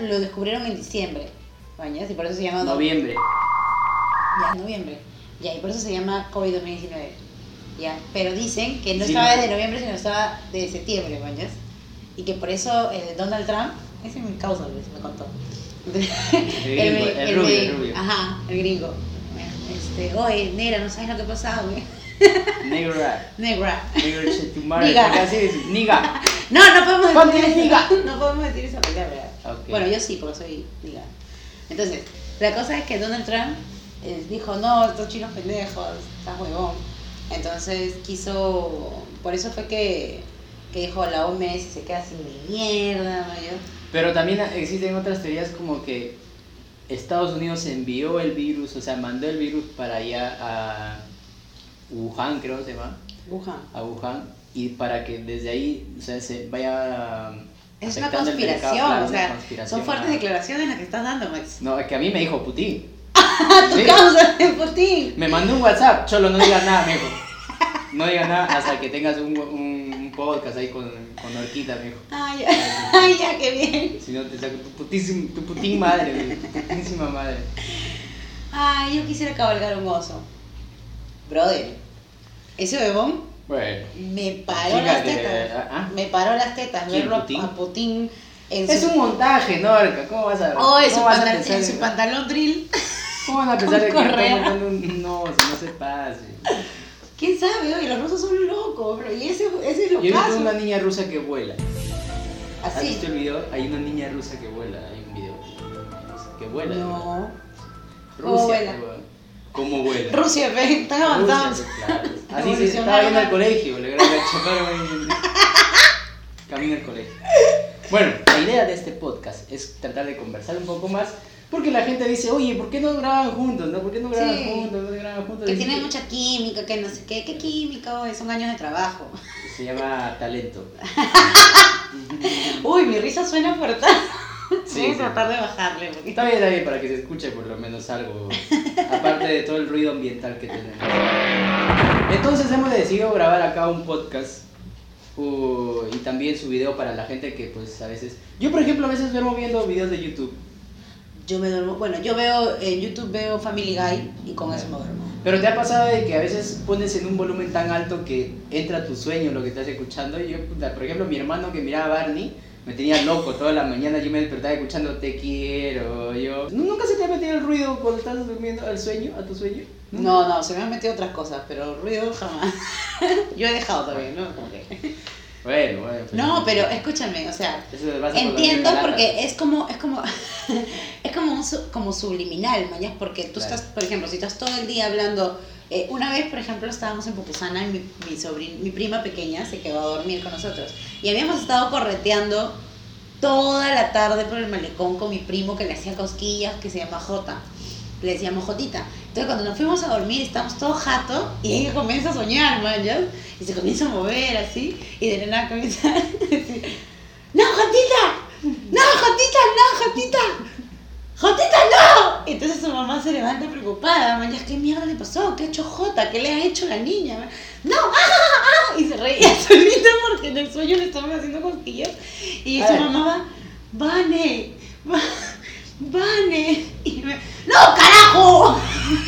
lo descubrieron en diciembre. Mañana, y por eso se llama. Noviembre. Ya, en noviembre. Ya, y por eso se llama COVID-2019. Ya, pero dicen que no Sí, estaba no. desde noviembre, sino estaba de septiembre, mañas. Y que por eso eh, Donald Trump, ese es mi causa, Luis, me contó. gringo, me- el rubio, me- el rubio. Ajá, el gringo. Este, oye, negra, no sabes lo que ha pasado, güey. Negro rap. Negra. Negro chetumare. Niga. Porque así dices, niga. No, no podemos ¿Cuánto decir eres eso. diga? No podemos decir esa palabra. Ok. Bueno, yo sí, porque soy diga. Entonces, la cosa es que Donald Trump eh, dijo, no, estos chinos pendejos, estás huevón. Entonces quiso, por eso fue que, que dijo la OMS se queda sin mi mierda, ¿no? Yo- Pero también existen otras teorías como que Estados Unidos envió el virus, o sea, mandó el virus para allá a Wuhan, creo que se llama, Wuhan. a Wuhan, y para que desde ahí, o sea, se vaya... um, Es una afectando el mercado, conspiración, claro, o una sea, conspiración, son fuertes ah. declaraciones las que estás dando, Max. No, es que a mí me dijo Putin. ¡Ah, tu Sí. causa de Putin! Me mandó un WhatsApp, Cholo, no digas nada, mijo. No digas nada hasta que tengas un, un- un podcast ahí con, con Orquita, mijo. Ay, ya, ay, ya, qué bien. Si no, te saco tu putísima, tu putín madre, mijo, tu putísima madre. Ay, yo quisiera cabalgar un oso. Brother, ese bebón Bueno. me paró Chica las que- tetas. ah, ah. Me paró las tetas ¿Quién, verlo a- Putin? a Putin en Es su, un montaje, Norca. ¿Cómo vas a Oh, en su cómo vas a pantal- pensar en su pantalón drill. ¿Cómo van a pensar de que con estoy correa. montando un... No, si no se pase. ¿Quién sabe? Oye, los rusos son locos, bro. Y ese, ese es Yo lo he visto caso. una niña rusa que vuela. ¿Has Así. visto el video? Hay una niña rusa que vuela. Hay un video. Que vuela. No. ¿Cómo Rusia, vuela? huevón. ¿Cómo vuela? Rusia, ve, están avanzados. Rusia, pues, claro. Así se estaba Revolucionaron. yendo al colegio, le le chocaron ahí. Camino al colegio. Bueno, la idea de este podcast es tratar de conversar un poco más. Porque la gente dice, oye, ¿por qué no graban juntos? ¿No? ¿Por qué no graban Sí. juntos? ¿No graban juntos? Que Dicen tienen que- mucha química, que no sé qué. ¿Qué química? oye? Son años de trabajo. Se llama talento. Uy, mi risa suena fuerte. Sí, Voy a sí. tratar de bajarle. porque- Está bien, está bien, para que se escuche por lo menos algo. Aparte de todo el ruido ambiental que tenemos. Entonces hemos decidido grabar acá un podcast. uh, y también su video para la gente que pues a veces... Yo por ejemplo a veces duermo viendo videos de YouTube. Yo me duermo, bueno, yo veo en YouTube veo Family Guy y con eso me duermo. Pero te ha pasado de que a veces pones en un volumen tan alto que entra tu sueño lo que estás escuchando. Y yo, puta, por ejemplo, mi hermano que miraba a Barney me tenía loco toda la mañana. Yo me despertaba escuchando Te quiero. Yo. ¿Nunca se te ha metido el ruido cuando estás durmiendo al sueño, a tu sueño? No, no, se me han metido otras cosas, pero ruido jamás. yo he dejado también, ¿no? Como que- Bueno, bueno. pues, No, pero escúchame, o sea, Eso te pasa por la entiendo primera lata. porque es como, es como, es como un su- como subliminal, mañas, porque tú Claro. estás, por ejemplo, si estás todo el día hablando, eh, una vez, por ejemplo, estábamos en Pupusana y mi, mi sobrin- mi prima pequeña se quedó a dormir con nosotros y habíamos estado correteando toda la tarde por el malecón con mi primo que le hacía cosquillas, que se llama Jota. Le decíamos Jotita. Entonces cuando nos fuimos a dormir estábamos todos jatos y ella comienza a soñar, man, ¿ya? Y se comienza a mover así y de la nada comienza a decir, ¡No, Jotita! ¡No, Jotita! ¡No, Jotita! ¡Jotita, no! Entonces su mamá se levanta preocupada, man, ya, ¿qué mierda le pasó? ¿Qué ha hecho Jota? ¿Qué le ha hecho la niña? man? ¡No! ¡Ah, ah, ah! Y se reía solita porque en el sueño le estaban haciendo cosquillas y A su ver. mamá va, Vane, Va- Vane. Y me, ¡No, carajo!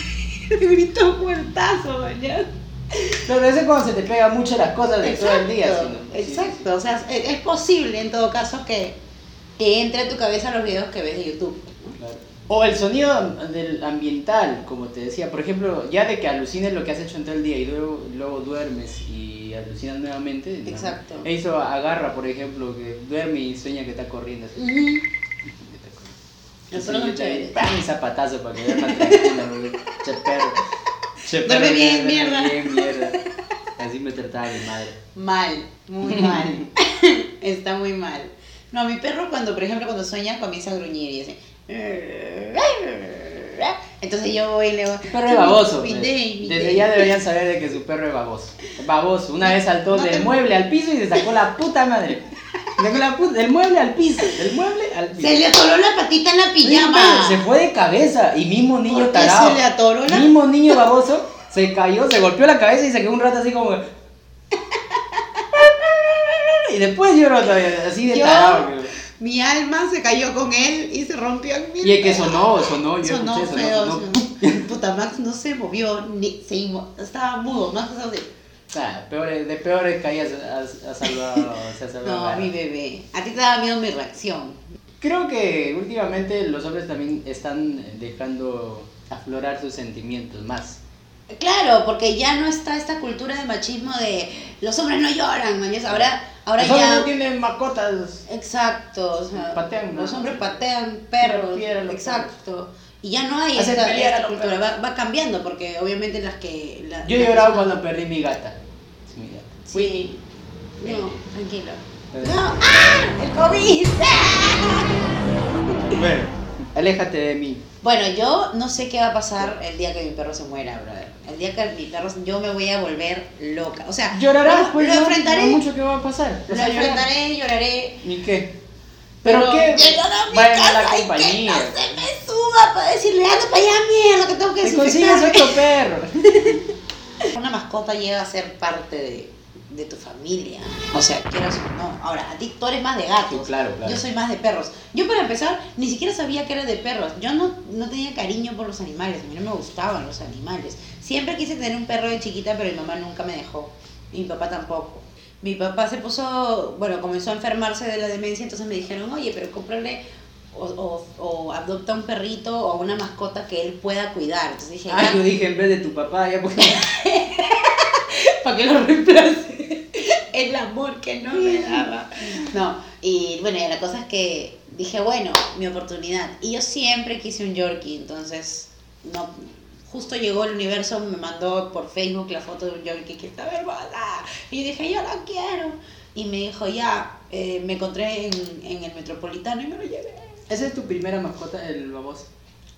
Me gritó un puertazo, mañana. Pero eso es cuando se te pega mucho las cosas de todo el día. Exacto, si no- sí, sí, sí. exacto. O sea, es, es posible en todo caso que, que entre a tu cabeza los videos que ves de YouTube. Claro. O el sonido am- del ambiental, como te decía, por ejemplo, ya de que alucines lo que has hecho en todo el día y luego, luego duermes y alucinas nuevamente. ¿no? Exacto. Eso agarra, por ejemplo, que duerme y sueña que está corriendo. Así. Ujú. que está corriendo. Los Y perros son sueña chéveres. que- ¡pam! un zapatazo para que duerma tranquilo. güey. che perro. Che Duerme perro, bien, duerme mierda. bien, mierda. Así me trataba mi madre. Mal, muy mal. Está muy mal. No, mi perro cuando, por ejemplo, cuando sueña comienza a gruñir y así. Entonces yo voy y le digo, Tu perro es baboso. "Mi pues. day, mi Desde day". ya deberían saber de que su perro es baboso. Baboso. Una vez saltó No del te- mueble al piso y se sacó la puta madre. Se sacó la puta- del mueble al piso. Del mueble al piso. Se le atoró la patita en la pijama. Se fue de cabeza. Y mismo niño ¿Por qué tarado. se le atoró la- Mismo niño baboso. Se cayó, se golpeó la cabeza y se quedó un rato así como. Y después lloró todavía, así de Yo- tarado. que- Mi alma se cayó con él y se rompió en mil Y es que pedazos. sonó, sonó, yo Sonó escuché, feo. sonó, sonó. sonó. Puta, Max no se movió, ni se inmo- estaba mudo. Max estaba así. Ah, peores, de peores caídas has, has salvado, se ha salvado. No, Bárbara. mi bebé. A ti te daba miedo mi reacción. Creo que últimamente los hombres también están dejando aflorar sus sentimientos más. Claro, porque ya no está esta cultura de machismo de los hombres no lloran, mañas. Ahora, ahora los hombres ya. no tienen mascotas. Exacto. o sea, Patean, ¿no? Los hombres patean perros. Piedra a los exacto. Y ya no hay Hacen esta, pelear a esta los cultura. Va, perros. va cambiando porque obviamente las que. la- Yo he las llorado personas- cuando perdí mi gata. Es mi gata. Sí. No, tranquilo. Entonces- No. ¡Ah! El COVID. Bueno, aléjate de mí. Bueno, yo no sé qué va a pasar el día que mi perro se muera, brother. El día que mi perro, yo me voy a volver loca. O sea, Llorarás, lo, pues lo ¿no? enfrentaré, Lo mucho que va a pasar. lo Vas a llorar. enfrentaré, lloraré. ¿Y qué? ¿Pero, pero qué? Llegar a mi Vayan a casa la y que compañía. no se me suba para decirle, anda para allá, mierda, que tengo que Te consigues desinfectar. otro perro. Una mascota llega a ser parte de, de tu familia. O sea, quieras o no. Ahora, a ti tú eres más de gatos. Sí, claro, claro. Yo soy más de perros. Yo para empezar, ni siquiera sabía que era de perros. Yo no, no tenía cariño por los animales. A mí no me gustaban los animales. Siempre quise tener un perro de chiquita, pero mi mamá nunca me dejó. Y mi papá tampoco. Mi papá se puso, bueno, comenzó a enfermarse de la demencia, entonces me dijeron, oye, pero cómprale o, o- o adopta un perrito o una mascota que él pueda cuidar. Entonces dije, Ah, "Ya". yo dije en vez de tu papá, ya porque. Para que lo reemplace. el amor que no me daba. No, y bueno, y la cosa es que dije, bueno, mi oportunidad. Y yo siempre quise un Yorkie, entonces, no, justo llegó el universo, me mandó por Facebook la foto de un Yorkie que estaba hermosa. Y yo dije, yo lo quiero. Y me dijo, ya, eh, me encontré en, en el Metropolitano y me lo llevé. ¿Esa es tu primera mascota, el baboso?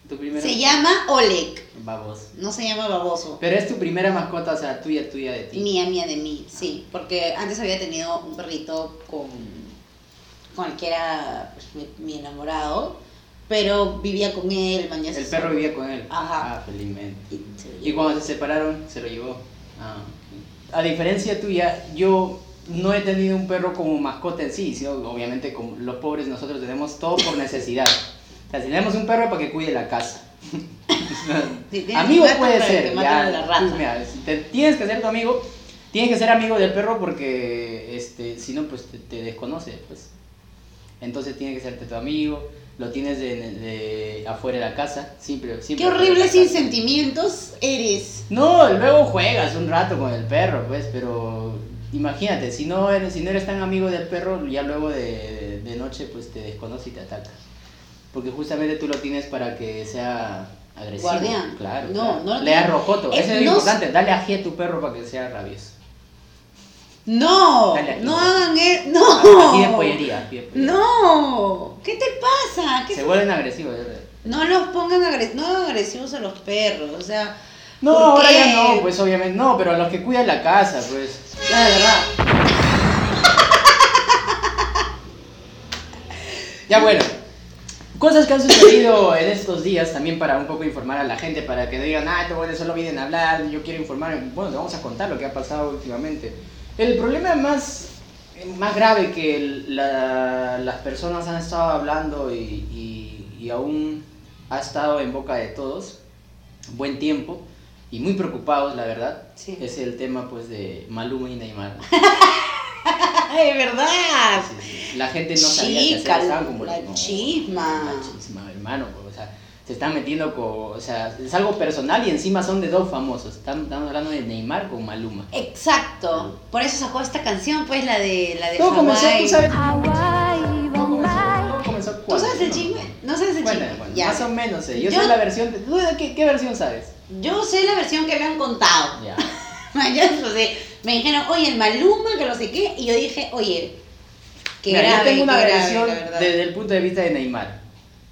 Tu primera. Se llama Oleg, Baboso. no se llama baboso. Pero es tu primera mascota, o sea, tuya, tuya de ti. Mía, mía de mí, sí. Porque antes había tenido un perrito con, con el que era pues, mi, mi enamorado, pero vivía con él, mañana. El perro vivía con él. Ajá. Ah, felizmente. Y se lo Y llevó. cuando se separaron, se lo llevó. Ah, ok. A diferencia tuya, yo no he tenido un perro como mascota en sí, sino obviamente como los pobres nosotros tenemos todo por necesidad. O sea, si tenemos un perro para que cuide la casa. Si tienes Amigo un gato, puede para que ser, te ya, maten a la rata. pues, mira, si te- tienes que ser tu amigo, tienes que ser amigo del perro porque este, si no, pues te, te desconoce, pues. Entonces tiene que serte tu amigo, lo tienes de, de- afuera de la casa, siempre, siempre. Qué horrible sin sentido sentimientos eres. no, luego juegas un rato con el perro, pues, pero imagínate, si no eres, si no eres tan amigo del perro, ya luego de, de noche pues te desconoce y te ataca. Porque justamente tú lo tienes para que sea agresivo. Guardián. Claro. No, claro. no lo Le das tienes. rojoto. Eh, Eso es lo no importante. Dale ají a tu perro para que sea rabioso. No, Dale aquí. no hagan eso. Ají de No. pollería. ají de pollería. No. ¿Qué te pasa? ¿Qué Se se- vuelven agresivos. ya sabes. No los pongan agres- no hagan agresivos a los perros. O sea, No, ¿por ahora qué? ya no, pues obviamente. No, pero a los que cuidan la casa, pues. La verdad. Ya bueno. Cosas que han sucedido en estos días también para un poco informar a la gente, para que no digan, ah, estos güeyes solo vienen a hablar, yo quiero informar. Bueno, te vamos a contar lo que ha pasado últimamente. El problema más, más grave que el- la- las personas han estado hablando y, y- y aún ha estado en boca de todos, buen tiempo, y muy preocupados, la verdad, Sí. es el tema pues de Maluma y Neymar. Ay, verdad. La gente no sabía qué Chica, hacer, estaban como la como- chisma. La chisma, hermano, pues, o sea, se están metiendo con, o sea, es algo personal y encima son de dos famosos. Están- Estamos hablando de Neymar con Maluma. Exacto. Por eso sacó esta canción, pues, la de la de Todo comenzó, Hawái. tú sabes, Hawaii, todo comenzó, Bombay. todo comenzó ¿Tú cuando, sabes el ¿no? chisme? No sabes el Bueno, chisme. bueno, ya. más o menos, sé. yo, Yo- sé la versión, de- ¿tú de qué, qué versión sabes? Yo sé la versión que me han contado. Ya. Mañana, o sea, me dijeron, oye, el Maluma, que no sé qué. Y yo dije, oye, que Mira, grave, yo tengo una qué grave, versión la verdad. desde el punto de vista de Neymar.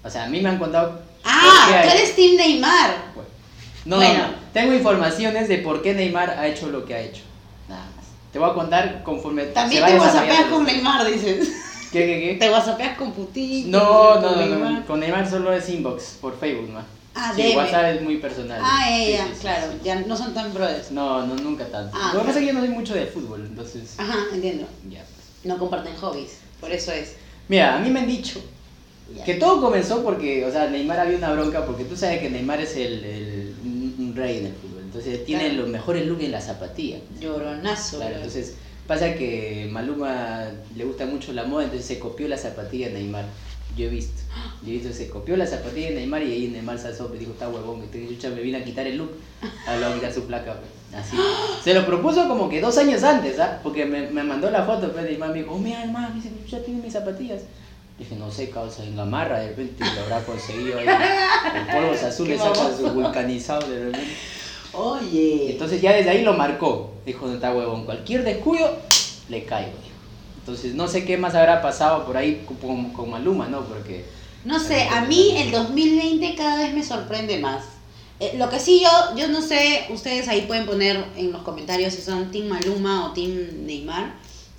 O sea, a mí me han contado... por qué Ah, hay- tú eres Team Neymar. Bueno. No, Bueno. no, no. tengo informaciones de por qué Neymar ha hecho lo que ha hecho. Nada más. Te voy a contar conforme También se te vaya whatsappeas desarrollando con esto. Neymar, dices. ¿Qué, qué, qué? Te whatsappeas con Putin. No, con no, no, no, Neymar. Con Neymar solo es inbox por Facebook, ¿no? Ah, sí, DM. WhatsApp es muy personal. Ah, Sí, ella, sí, sí, claro. sí. Ya no son tan brothers. No, no, nunca tanto. Ah, lo que pasa claro. es que yo no soy mucho de fútbol, entonces. Ajá, entiendo. Ya, pues. No comparten hobbies, por eso es. Mira, a mí me han dicho Ya. que todo comenzó porque, o sea, Neymar había una bronca porque tú sabes que Neymar es el, el- un, un rey en el fútbol. Entonces tiene Claro. los mejores looks en la zapatilla. Lloronazo. Claro, bro. entonces pasa que Maluma le gusta mucho la moda, entonces se copió la zapatilla de Neymar. Yo he visto. Yo he visto, se copió la zapatilla de Neymar y ahí Neymar se asombró y dijo, está huevón, este que chucha me vino a quitar el look. Ah, le voy a quitar su placa, pues. Así. Se lo propuso como que dos años antes, ¿ah? Porque me, me mandó la foto, pues, Neymar me dijo, oh, mira, hermano, dice, ya tiene mis zapatillas. Dije, no sé, causa, en Gamarra de repente lo habrá conseguido ahí. Con polvos azules Qué saca baboso. su vulcanizado de repente. Oye. Entonces ya desde ahí lo marcó. Dijo, no está huevón, cualquier descuido le caigo. dijo. Entonces no sé qué más habrá pasado por ahí con- con, con Maluma, ¿no? Porque... No sé, a mí el 2020 cada vez me sorprende más. Eh, lo que sí yo, yo no sé, ustedes ahí pueden poner en los comentarios si son Team Maluma o Team Neymar.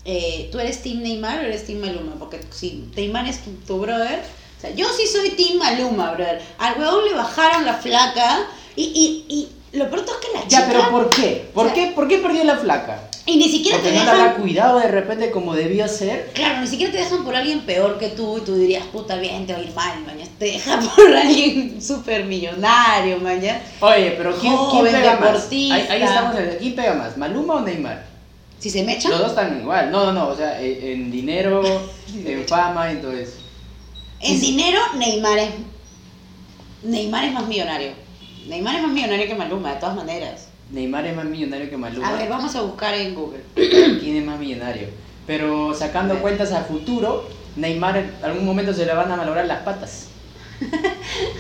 Eh, ¿Tú eres Team Neymar o eres Team Maluma? Porque si Neymar es tu, tu brother, o sea, yo sí soy Team Maluma, brother. Al huevón le bajaron la flaca y, y, y lo pronto es que la chica... Ya, pero ¿por qué? ¿Por, O sea- qué, ¿por qué perdió la flaca? Y ni siquiera te Porque no la dejan... habrá cuidado de repente como debió ser. Claro, ni siquiera te dejan por alguien peor que tú y tú dirías, puta, bien, te va a ir mal, mañana. Te dejan por alguien súper millonario, mañana. Oye, pero ¿quién, quién Joven, pega más? Ahí, deportista. ahí estamos, ¿quién pega más? ¿Maluma o Neymar? Si se me echan, Los dos están igual, no, no, no, o sea, en, en dinero, en fama, entonces... en dinero, Neymar es. Neymar es más millonario. Neymar es más millonario que Maluma, de todas maneras. Neymar es más millonario que Maluma. A ver, vamos a buscar en Google. ¿Quién es más millonario? Pero sacando A ver. cuentas a futuro, Neymar en algún momento se le van a malograr las patas.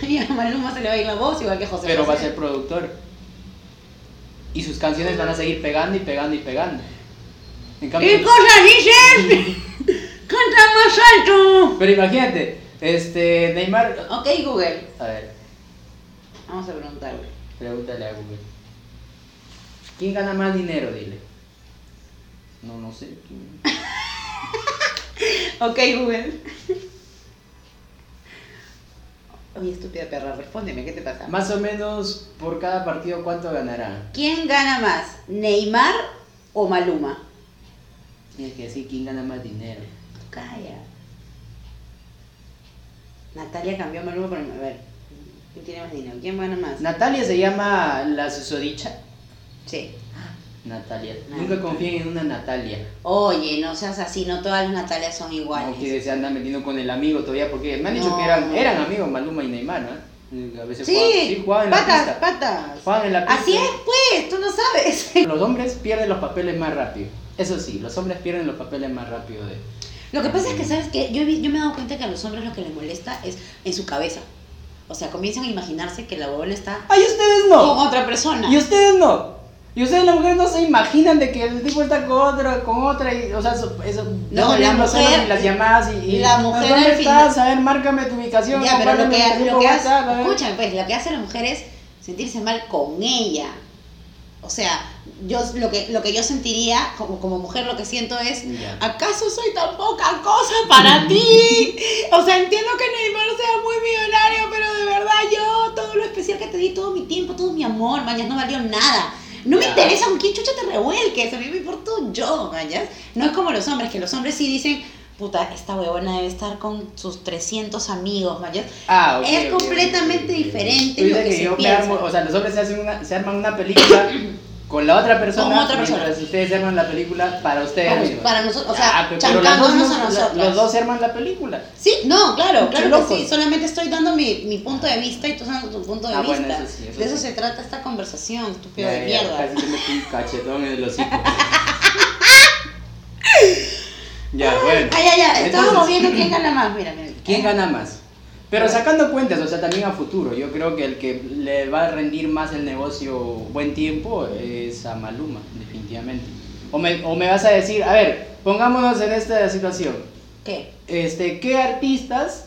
Y a Maluma se le va a ir la voz, igual que José. Pero va a José. ser productor. Y sus canciones van a seguir pegando y pegando y pegando. En cambio- ¿Qué cosa dices? ¡Canta más alto! pero imagínate, este Neymar. Ok, Google. A ver, Vamos a preguntarle. pregúntale a Google. ¿Quién gana más dinero? Dile. No, no sé. ¿quién? Ok, Google. Oye, estúpida perra, respóndeme, ¿qué te pasa? Más o menos por cada partido, ¿cuánto ganará? ¿Quién gana más, Neymar o Maluma? Tienes que decir quién gana más dinero. Calla. Natalia cambió a Maluma por... A ver, ¿quién tiene más dinero? ¿Quién gana más? Natalia se llama la susodicha. sí. Natalia. Nunca Natalia. confíen en una Natalia. Oye, no seas así, no todas las Natalias son No, iguales. que se andan metiendo con el amigo todavía porque me han dicho No. que eran, eran amigos Maluma y Neymar, ¿no? A veces jugaban, sí, sí, jugaban en patas, la pista. patas. Jugaban en la pista. Así es, pues, tú no sabes. Los hombres pierden los papeles más rápido. Eso sí, los hombres pierden los papeles más rápido de. Lo que pasa es que, Mm. ¿sabes qué? Yo, he vi- yo me he dado cuenta que a los hombres lo que les molesta es en su cabeza. O sea, comienzan a imaginarse que la bola está ¡Ay, ustedes con no! otra persona. ¡Y ustedes no! Y ustedes las mujeres no se imaginan de que el tipo está con otra, con otra y, o sea, eso, eso No, tienen la los celos mujer- y las llamadas y, y- la mujer al ¿dónde final- estás? A ver, márcame tu ubicación, Ya, pero lo compárteme que, tu lo que hace, WhatsApp, a ver. escúchame, pues, lo que hace la mujer es sentirse mal con ella. O sea, yo lo que, lo que yo sentiría, como, como mujer, lo que siento es, Ya. ¿acaso soy tan poca cosa para ti? O sea, entiendo que Neymar sea muy millonario, pero de verdad yo, todo lo especial que te di, todo mi tiempo, todo mi amor, mañas, no valió nada. No me Ya. interesa con quién chucha te revuelques, a mí me importo yo, mañas. No es como los hombres, que los hombres sí dicen, puta, esta huevona debe estar con sus 300 amigos, mañas. Ah, ok, Es ok, completamente ok, ok. diferente Tú dices lo que se yo me piensa. armo- o sea, los hombres se, hacen una- se arman una película con la otra persona, Con otra mientras persona. ustedes se arman la película para ustedes Para, mismos. para nosotros, o Ah, sea, pe- pero las dos chancándonos no- a la- nosotros. Los dos se arman la película. Sí, no, claro, Qué claro locos. que sí. Solamente estoy dando mi, mi punto de vista y tú estás dando tu punto de Ah, vista. bueno, eso sí, eso de eso sí. se trata esta conversación, estúpido Ya, de ya, mierda. Casi te metí un cachetón en el hocico. ya, bueno. Ay, ay, ay, estábamos Entonces- viendo quién gana más, mira, mira. ¿Quién gana más? Pero sacando cuentas, o sea, también a futuro, yo creo que el que le va a rendir más el negocio buen tiempo es a Maluma, definitivamente. O me, o me vas a decir, a ver, pongámonos en esta situación. ¿Qué? Este, ¿qué artistas,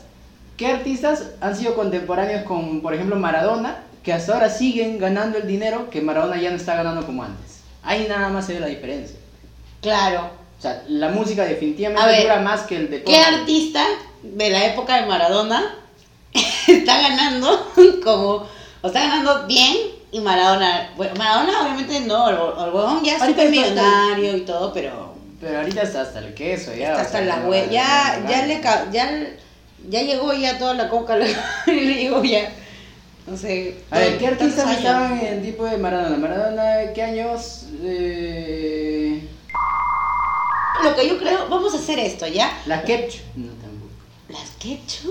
qué artistas han sido contemporáneos con, por ejemplo, Maradona, que hasta ahora siguen ganando el dinero que Maradona ya no está ganando como antes? Ahí nada más se ve la diferencia. Claro. O sea, la música definitivamente A ver, dura más que el deporte. ¿Qué artista de la época de Maradona está ganando como. O está ganando bien y Maradona. Bueno, Maradona obviamente no, el, el huevón ya es Ahorita súper está- millonario y todo, pero. Pero ahorita está hasta el queso, ya. Está o hasta sea, la no hue- vale Ya, nada. ya le ca- ya, ya llegó ya toda la coca, le, le llegó ya. No sé. A ver, todo- ¿qué tantos artistas años. estaban en el tipo de Maradona? Maradona, ¿qué años? Eh, Lo que yo creo, vamos a hacer esto, ¿ya? La Ketch. No, tampoco. Las ketchup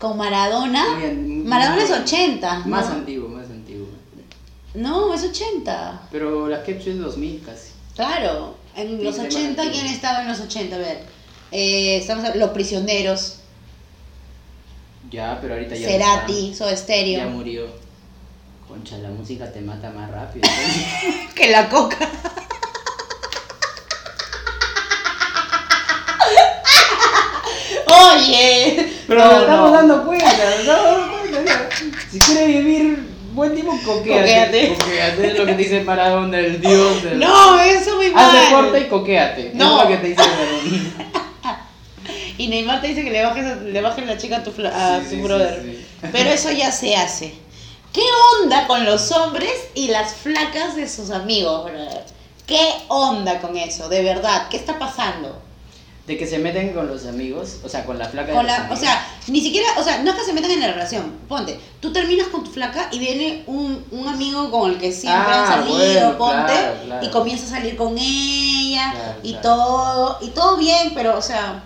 con Maradona. Muy an- ¿Ah? Maradona es 80. ¿no? Más antiguo, más antiguo. No, es 80. Pero la Ketch es 2000 casi. Claro. En Sí, los sí, más 80, antiguo. ¿quién estaba en los 80? A ver. eh, estamos a- los prisioneros. Ya, pero ahorita ya. no Cerati, Soda está. Ya Stereo. murió. Concha, la música te mata más rápido. ¿no? Que la coca. Oye. pero No, nos estamos no. dando cuenta, nos estamos dando cuenta. mira. Si quieres vivir buen tiempo, coquéate. Coquéate. Coquéate es lo que te dice Maradona, el dios. del- No, eso muy mal. Haz deporte y coquéate. No. Es lo que te dice Maradona. Y Neymar te dice que le bajes, a- le bajes la chica a tu, fla- a Sí, Ah, tu sí, brother. sí, sí. Pero eso ya se hace. ¿Qué onda con los hombres y las flacas de sus amigos, brother? ¿Qué onda con eso? De verdad, ¿qué está pasando? De que se meten con los amigos, o sea, con la flaca de Con los la- o amigos. sea, ni siquiera, o sea, no es que se metan en la relación. Ponte, tú terminas con tu flaca y viene un, un amigo con el que siempre Ah, han salido, bueno, ponte, claro, claro. y comienza a salir con ella Claro, y claro. todo, y todo bien, pero, o sea,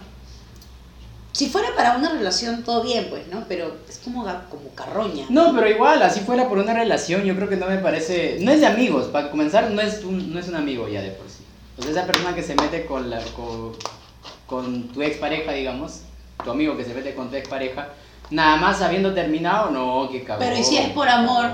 si fuera para una relación, todo bien, pues, ¿no? Pero es como, ga- como carroña. No, pero igual, así fuera por una relación, yo creo que no me parece. No es de amigos, para comenzar, no es un, no es un amigo ya de por sí. O sea, esa persona que se mete con, la, con, con tu expareja, digamos, tu amigo que se mete con tu expareja, nada más habiendo terminado, no, qué cabrón. Pero, ¿y si es por amor?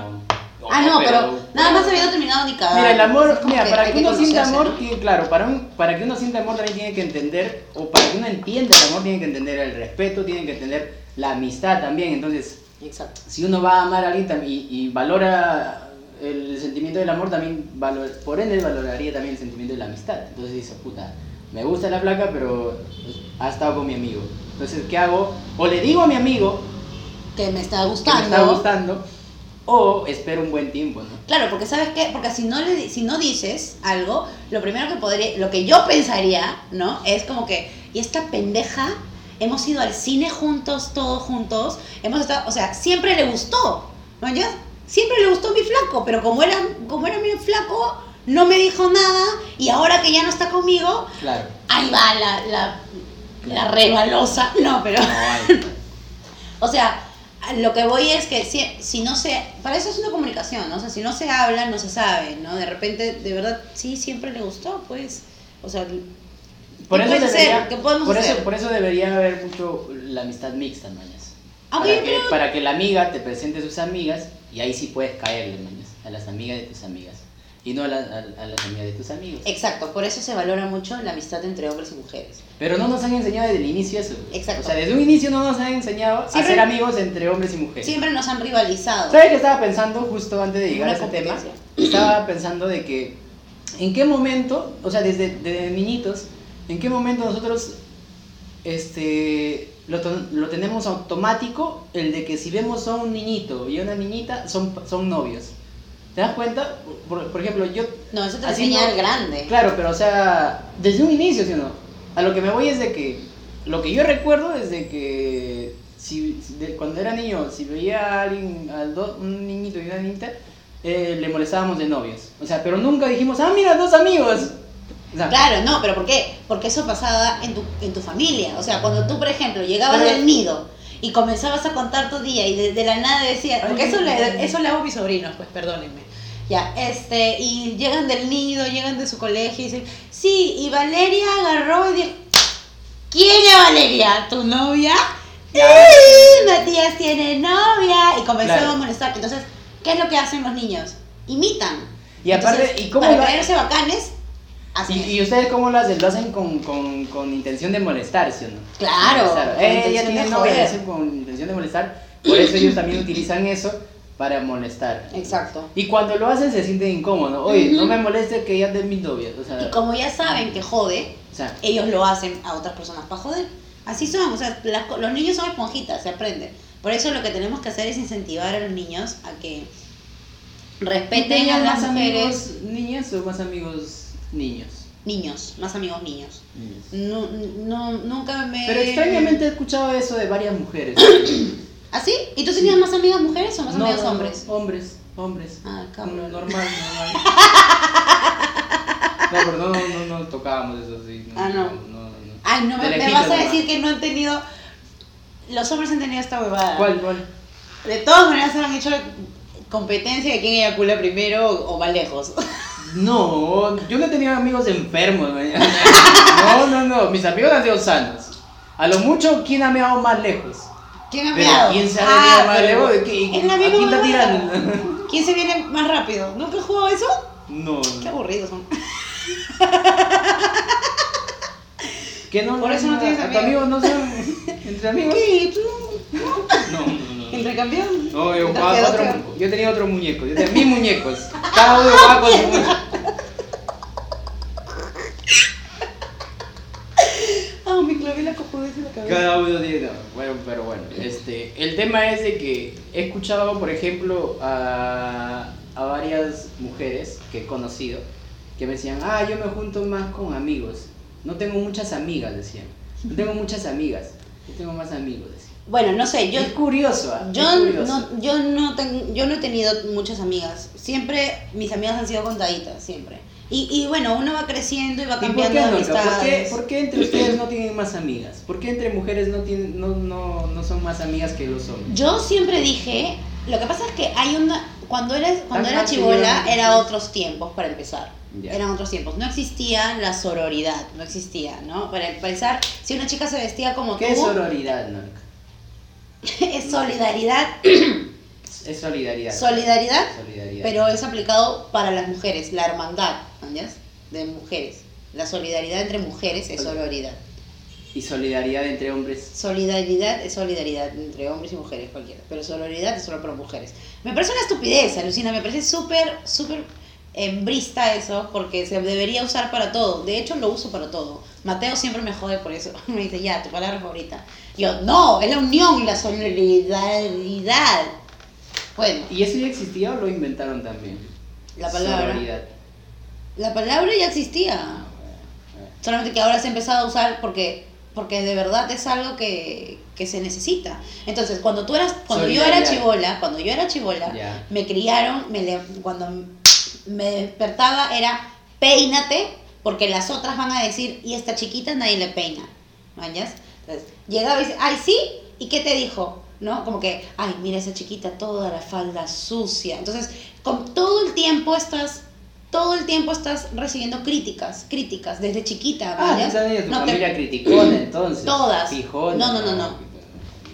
No, ah, no, pero, nada más habiendo terminado ni cada Mira, el Es amor, como mira, para hay que uno sienta conocerse, amor, ¿no? tiene- claro, para, un- para que uno sienta amor también tiene que entender, o para que uno entienda el amor tiene que entender el respeto, tiene que entender la amistad también. Entonces, Exacto. si uno va a amar a alguien tam- y, y valora el sentimiento del amor, también valor, por ende valoraría también el sentimiento de la amistad. Entonces dice, puta, me gusta la placa, pero ha estado con mi amigo. Entonces, ¿qué hago? O le digo a mi amigo Que me está que gustando. me está gustando, o espero un buen tiempo, ¿no? Claro, porque sabes qué, porque si no le, di- si no dices algo, lo primero que podría, lo que yo pensaría, ¿no? Es como que y esta pendeja hemos ido al cine juntos, todos juntos, hemos estado, o sea, siempre le gustó, ¿no? ¿Ya? Siempre le gustó mi flaco, pero como era, como era mi flaco, no me dijo nada y ahora que ya no está conmigo, Claro. ahí va la, la, la rebalosa, no, pero. No hay. O sea, a lo que voy es que si, si no se... Para eso es una comunicación, ¿no? O sea, si no se habla, no se sabe, ¿no? De repente, de verdad, sí, siempre le gustó, pues. O sea, Por ¿Qué eso, puedes debería, hacer? ¿Qué podemos por, hacer? Eso, por eso debería haber mucho la amistad mixta, mañas. Aunque para, yo que, creo- para que la amiga te presente a sus amigas y ahí sí puedes caerle, mañas, a las amigas de tus amigas. Y no a, la- a- a las amigas de tus amigos. exacto, por eso se valora mucho la amistad entre hombres y mujeres. Pero no nos han enseñado desde el inicio eso. Exacto. O sea, desde un inicio no nos han enseñado Siempre- a ser amigos entre hombres y mujeres. Siempre nos han rivalizado. ¿Sabes qué estaba pensando justo antes de llegar a Una ese tema? competencia. Estaba pensando de que en qué momento, o sea, desde, desde niñitos, en qué momento nosotros este, lo, to- lo tenemos automático el de que si vemos a un niñito y a una niñita son, son novios. ¿Te das cuenta? Por, por ejemplo, yo... No, eso te así enseña no- el grande. Claro, pero o sea, desde un inicio, ¿sí o no? A lo que me voy es de que, lo que yo recuerdo es de que si, si- de- cuando era niño, si veía a alguien, a do- un niñito y una niñita, eh, le molestábamos de novios. O sea, pero nunca dijimos, ah, mira, dos amigos. O sea, Claro, no, pero ¿por qué? Porque eso pasaba en tu, en tu familia. O sea, cuando tú, por ejemplo, llegabas Pero- del nido y comenzabas a contar tu día y de, de la nada decías, porque eso le, eso le hago a mis sobrinos, pues perdónenme. Ya, este, y llegan del nido, llegan de su colegio y dicen, sí, y Valeria agarró y dijo, ¿quién es Valeria? ¿Tu novia? Sí, Matías tiene novia. Y comenzó Claro. a molestar. Entonces, ¿qué es lo que hacen los niños? Imitan. Y aparte, Entonces, ¿y cómo para lo- creerse bacanes, hacen ¿Y, eso. y ustedes cómo lo hacen? Lo hacen con, con, con intención de molestar, ¿sí o no? Claro, Molestar. con Eh, ella intención tiene de novia, lo joder. hacen con intención de molestar. Por eso ellos también utilizan eso para molestar. Exacto. Y cuando lo hacen se sienten incómodos. Oye, no Ujú. me moleste que ya de mis novias. O sea, Y como ya saben que jode, o sea, ellos lo hacen a otras personas para joder. Así son, o sea, las co- los niños son esponjitas, se aprenden. Por eso lo que tenemos que hacer es incentivar a los niños a que respeten a ¿tenían las más mujeres. amigos niñas o más amigos niños? niños, más amigos niños. No, no, nunca me... Pero extrañamente he escuchado eso de varias mujeres. ¿Ah, sí? ¿Y tú tenías más amigas mujeres o más No, amigas no, no, hombres? Hombres, hombres. Ah, No, cabrón. normal, normal. No, pero no, no, no, no tocábamos eso, sí. Ah, no. no, no. Ay, no, De me, me lejitos, vas a ¿no? decir que no han tenido... Los hombres han tenido esta huevada. ¿Cuál, cuál? De todas maneras han hecho competencia de quién eyacula primero o, o más lejos. No, yo no he tenido amigos enfermos, man. No, no, no, mis amigos han sido sanos. A lo mucho, ¿quién ha meado más lejos? ¿Quién ha Pero meado? ¿quién se ha Ah, meado más pero- lejos? ¿De qué- es la misma a quién está huevada. tirando? ¿Quién se viene más rápido? ¿Nunca has jugado eso? No, Qué no. aburridos son. ¿Qué no? Por eso no tienes a tu amigos. amigo no son entre amigos. ¿Qué? ¿Tú? No, no, no. ¿Intercambiaron? No, yo Entonces, jugaba con otro- otro, yo tenía otro muñeco, yo tenía mis muñecos. Cada uno jugaba con su muñeco. Ah, mi clavé la cojudez en la cabeza. Cada uno tiene. no, Bueno, pero bueno. Este, el tema es de que he escuchado, por ejemplo, a, a varias mujeres que he conocido que me decían, ah, yo me junto más con amigos. No tengo muchas amigas, decían. No tengo muchas amigas. Yo tengo más amigos, decían. Bueno, no sé, yo, es curioso, ¿ah? Es yo, curioso. no, yo, no ten- yo no he tenido muchas amigas. Siempre mis amigas han sido contaditas, siempre. Y, y bueno, uno va creciendo y va ¿Y por cambiando qué, de no? ¿Por, qué, amistades. por qué entre ustedes no tienen más amigas? ¿Por qué entre mujeres no, tienen, no, no, no son más amigas que los hombres? Yo siempre dije, lo que pasa es que hay una... Cuando eres cuando Ah, era sí, chivola yo- era otros tiempos para empezar. Ya. Eran otros tiempos. No existía la sororidad, no existía, ¿no? Para empezar, si una chica se vestía como ¿Qué es tú, sororidad, Norca? es solidaridad Es solidaridad. Solidaridad, Solidaridad. pero es aplicado para las mujeres, la hermandad, ¿entiendes? De mujeres. La solidaridad entre mujeres es Sol- sororidad. Y solidaridad entre hombres. Solidaridad es solidaridad entre hombres y mujeres, cualquiera. Pero sororidad es solo para mujeres. Me parece una estupidez, Alucina. Me parece súper, súper embrista eso, porque se debería usar para todo. De hecho, lo uso para todo. Mateo siempre me jode por eso. Me dice, ya, tu palabra favorita. Yo, no, es la unión y la solidaridad. Bueno, ¿Y eso ya existía o lo inventaron también? la palabra. Ah, Sororidad. La palabra ya existía. Solamente que ahora se ha empezado a usar porque, porque de verdad es algo que, que se necesita. Entonces, cuando tú eras, cuando yo era Solidaridad. chivola, cuando yo era chivola, Ya. me criaron, me le- cuando me despertaba era peínate, porque las otras van a decir, y esta chiquita nadie le peina. ¿Mañas? Entonces, llegaba y dice, ay, sí, ¿y qué te dijo? ¿No? Como que, ay, mira esa chiquita, toda la falda sucia. Entonces, con todo el tiempo estás, todo el tiempo estás recibiendo críticas, críticas, desde chiquita, Ah, ¿mañas? esa de tu No te- familia criticona entonces. Todas. Fijona. No, no, no, no.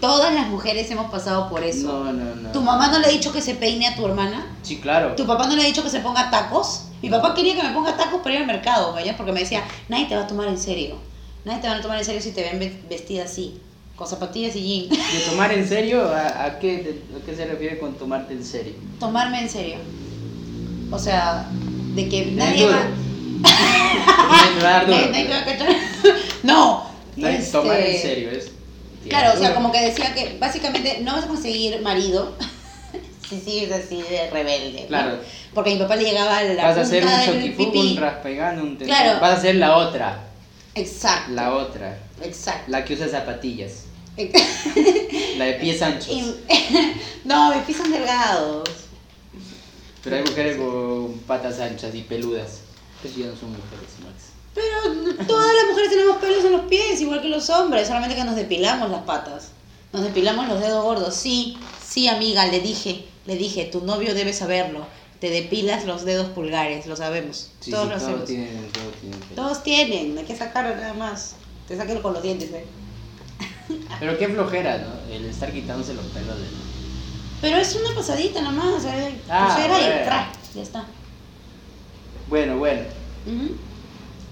todas las mujeres hemos pasado por eso. No, no, no. ¿Tu mamá no le ha dicho que se peine a tu hermana? Sí, claro. ¿Tu papá no le ha dicho que se ponga tacos? Mi papá quería que me ponga tacos para ir al mercado, vaya, porque me decía, nadie te va a tomar en serio. Nadie te va a tomar en serio si te ven ve- vestida así, con zapatillas y jeans. ¿De tomar en serio? ¿A, a qué, te- a qué se refiere con tomarte en serio? Tomarme en serio. O sea, de que nadie Nadie duro. va... Nadie te va a dar duro. nadie- nadie te va a cachar. no. Nadie- este, Tomar en serio es. Claro, o sea, duro. como que decía que básicamente no vas a conseguir marido si sigues así de rebelde. ¿no? Claro. Porque a mi papá le llegaba la Vas a hacer un punta del choquifú, pipí. un raspegano, un tentón. Claro. Vas a hacer la otra. Exacto. La otra. Exacto. La que usa zapatillas. La de pies anchos. Y- no, me pisan delgados. Pero hay mujeres con patas anchas y peludas. Pues ya no son mujeres, Max. Pero no- todas las mujeres tenemos pelos en los pies, igual que los hombres, solamente que nos depilamos las patas. Nos depilamos los dedos gordos. Sí, sí, amiga, le dije, le dije, tu novio debe saberlo. Te depilas los dedos pulgares, lo sabemos. Sí, todos sí, lo todos hacemos. tienen, todos tienen pelo. Todos tienen, hay que sacarlo nada más. Te saquenlo con los dientes, ¿eh? Pero qué flojera, ¿no? El estar quitándose los pelos de Pero es una pasadita nada más, ¿eh? Ah, pulsera y bueno. tra, ya está. Bueno, bueno. Ujú.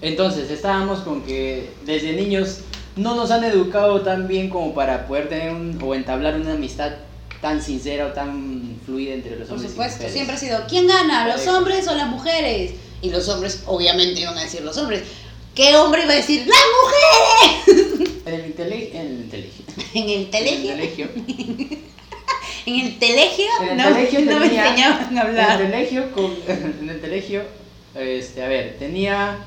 Entonces, estábamos con que desde niños no nos han educado tan bien como para poder tener un- o entablar una amistad tan sincera o tan fluida entre los Por hombres y supuesto, mujeres. siempre ha sido, ¿quién gana? ¿Los Correcto. hombres o las mujeres? Y los hombres obviamente iban a decir los hombres. ¿Qué hombre iba a decir las mujeres? En el inteligio. En el inteligio. En el En el telegio, inteligio. en el telegio, En el no, colegio no me tenía- enseñaban a En hablar. el colegio, con- en el colegio, este, a ver, tenía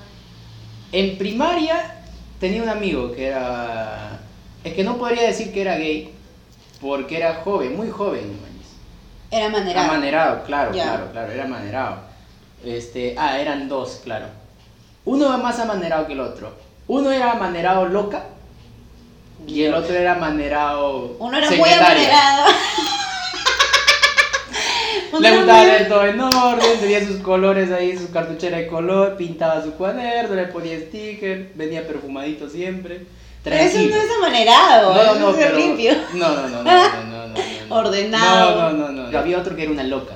En primaria tenía un amigo que era... Es que no podría decir que era gay porque era joven, muy joven. mañas. Era Era manera. manerado, claro, Ya. claro, claro, era manerado. Este, ah, eran dos, claro. Uno era más amanerado que el otro. Uno era amanerado loca y el otro era amanerado Uno era muy secretaria. amanerado. Uno Le era gustaba muy- leer todo en orden, tenía sus colores ahí, su cartuchera de color, pintaba su cuaderno, le ponía sticker, venía perfumadito siempre. Pero eso tranquilo. no es amanerado. No, eso no, es pero- limpio. No, no, no, no, no, no, no, no. Ordenado. No, no, no, no. Había otro que era una loca.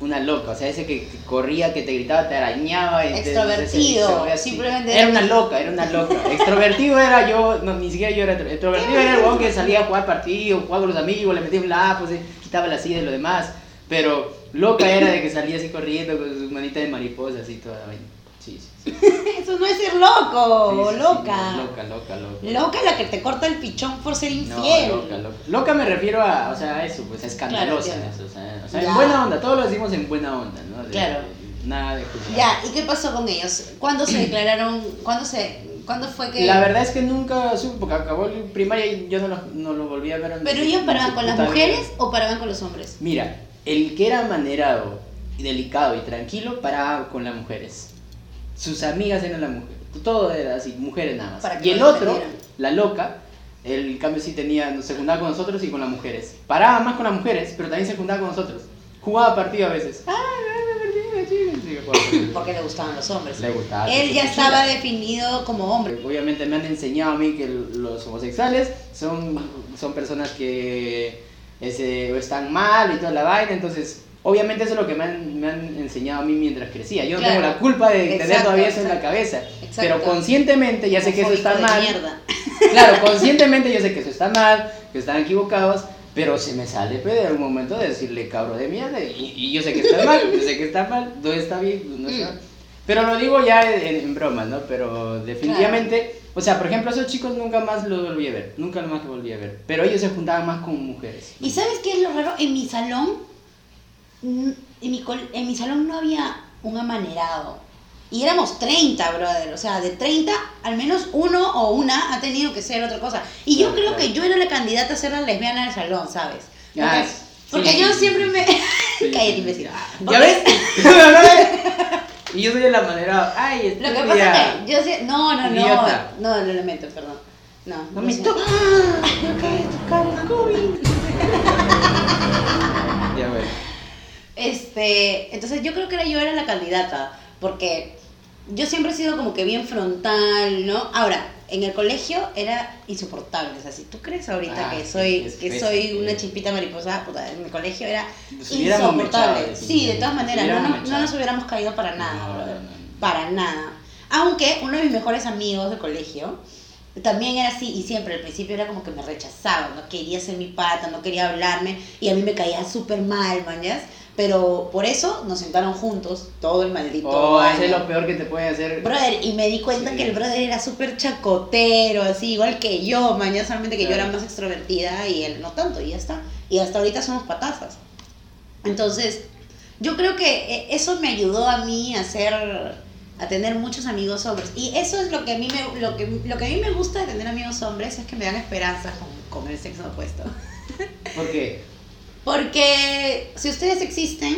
Una loca, o sea, ese que que corría, que te gritaba, te arañaba. y te- Extrovertido, se- se- se- simplemente- Era una loca, era una loca. Extrovertido era yo, no, ni siquiera yo era extro- extrovertido. Era el huevón que salía a jugar partido, jugaba con los amigos, le metía un lapo, se quitaba la silla y lo demás. Pero loca era de que salía así corriendo con sus manitas de mariposa, así toda la vaina. Sí, sí, sí. Eso no es ser loco, Sí, sí, sí, Oh, loca. loca, loca, loca. Loca la que te corta el pichón por ser No, infiel. loca, loca. Loca me refiero a, o sea, a eso, pues a escandalosa. eh. Claro, entiendo. eso, o sea, o sea, Ya. en buena onda, todos lo decimos en buena onda, ¿no? De- Claro. de- nada de juzgar. Ya, ¿y qué pasó con ellos? ¿Cuándo se declararon? ¿Cuándo se cuándo fue que La verdad es que nunca supe, porque acabó el primaria y yo no lo, no lo volví a ver. en pero mi- ellos en paraban mi con las puta vida. mujeres o paraban con los hombres? Mira, el que era manerado, y delicado y tranquilo paraba con las mujeres. Sus amigas eran las mujeres. Todo era así, mujeres nada más. Para que y el no lo otro, ofendieran. la loca, él, en cambio sí tenía, nos- se juntaba con nosotros y con las mujeres. Paraba más con las mujeres, pero también se juntaba con nosotros. Jugaba partido a veces. Ah, no, no, partido, sí, jugaba Porque le gustaban los hombres. Le gustaba. Él sí, ya sí, estaba sí. definido como hombre. Obviamente me han enseñado a mí que los homosexuales son, son personas que ese, o están mal y toda la vaina, entonces obviamente eso es lo que me han, me han enseñado a mí mientras crecía. Yo no Claro. tengo la culpa de tener Exacto, todavía eso en la exacto. cabeza, Exacto. pero conscientemente ya sé que eso está Homofóbico de mal. mierda. Claro, conscientemente yo sé que eso está mal, que están equivocados, pero se me sale pedir un momento de decirle cabro de mierda y, y yo sé que está mal, yo sé que está mal, no está bien, pues, no está Mm. Pero lo digo ya en, en broma, ¿no? Pero definitivamente, o sea, por ejemplo, esos chicos nunca más los volví a ver, nunca más los volví a ver, pero ellos se juntaban más con mujeres. ¿Y sabes qué es lo raro? En mi salón, mm, en mi, col- en mi salón no había un amanerado. Y éramos 30, brother. O sea, de 30, al menos uno o una ha tenido que ser otra cosa. Y yo Claro, creo Ah, claro. que yo era la candidata a ser la lesbiana del salón, ¿sabes? Porque, Ah, porque sí. yo siempre me... Sí. Cállate, imbécil. ¿Ya Porque- ves? ¿Ya ves? y yo soy de la manera, ay, Lo que estúpida. pasa es que yo... sí- No, no, no. Idiota. No, lo lamento, perdón. No, No lo me siento. toques. Ya ves. Este, entonces yo creo que era yo era la candidata, porque yo siempre he sido como que bien frontal, ¿no? Ahora, en el colegio era insoportable, o sea, si tú crees ahorita Ah, que sí, soy es que fresa, soy sí. una chispita mariposa, puta, en el colegio era Nos hubiéramos mechado, insoportable. de Sí, de todas nos maneras, no, hubiéramos no- no mechado. nos hubiéramos caído para nada, No, brother, no, no. para nada. Aunque uno de mis mejores amigos del colegio también era así y siempre al principio era como que me rechazaba, no quería ser mi pata, no quería hablarme y a mí me caía súper mal, mañas. Pero por eso nos sentaron juntos todo el maldito Oh, año. ese es lo peor que te pueden hacer. Brother, y me di cuenta Sí. que el brother era súper chacotero, así, igual que yo, mañana solamente que yo Claro. era más extrovertida y él no tanto, y ya está. Y hasta ahorita somos patazas. Entonces, yo creo que eh, eso me ayudó a mí a ser, a tener muchos amigos hombres. Y eso es lo que a mí me, lo que, lo que a mí me gusta de tener amigos hombres, es que me dan esperanza con, con el sexo opuesto. ¿Por qué? Porque si ustedes existen,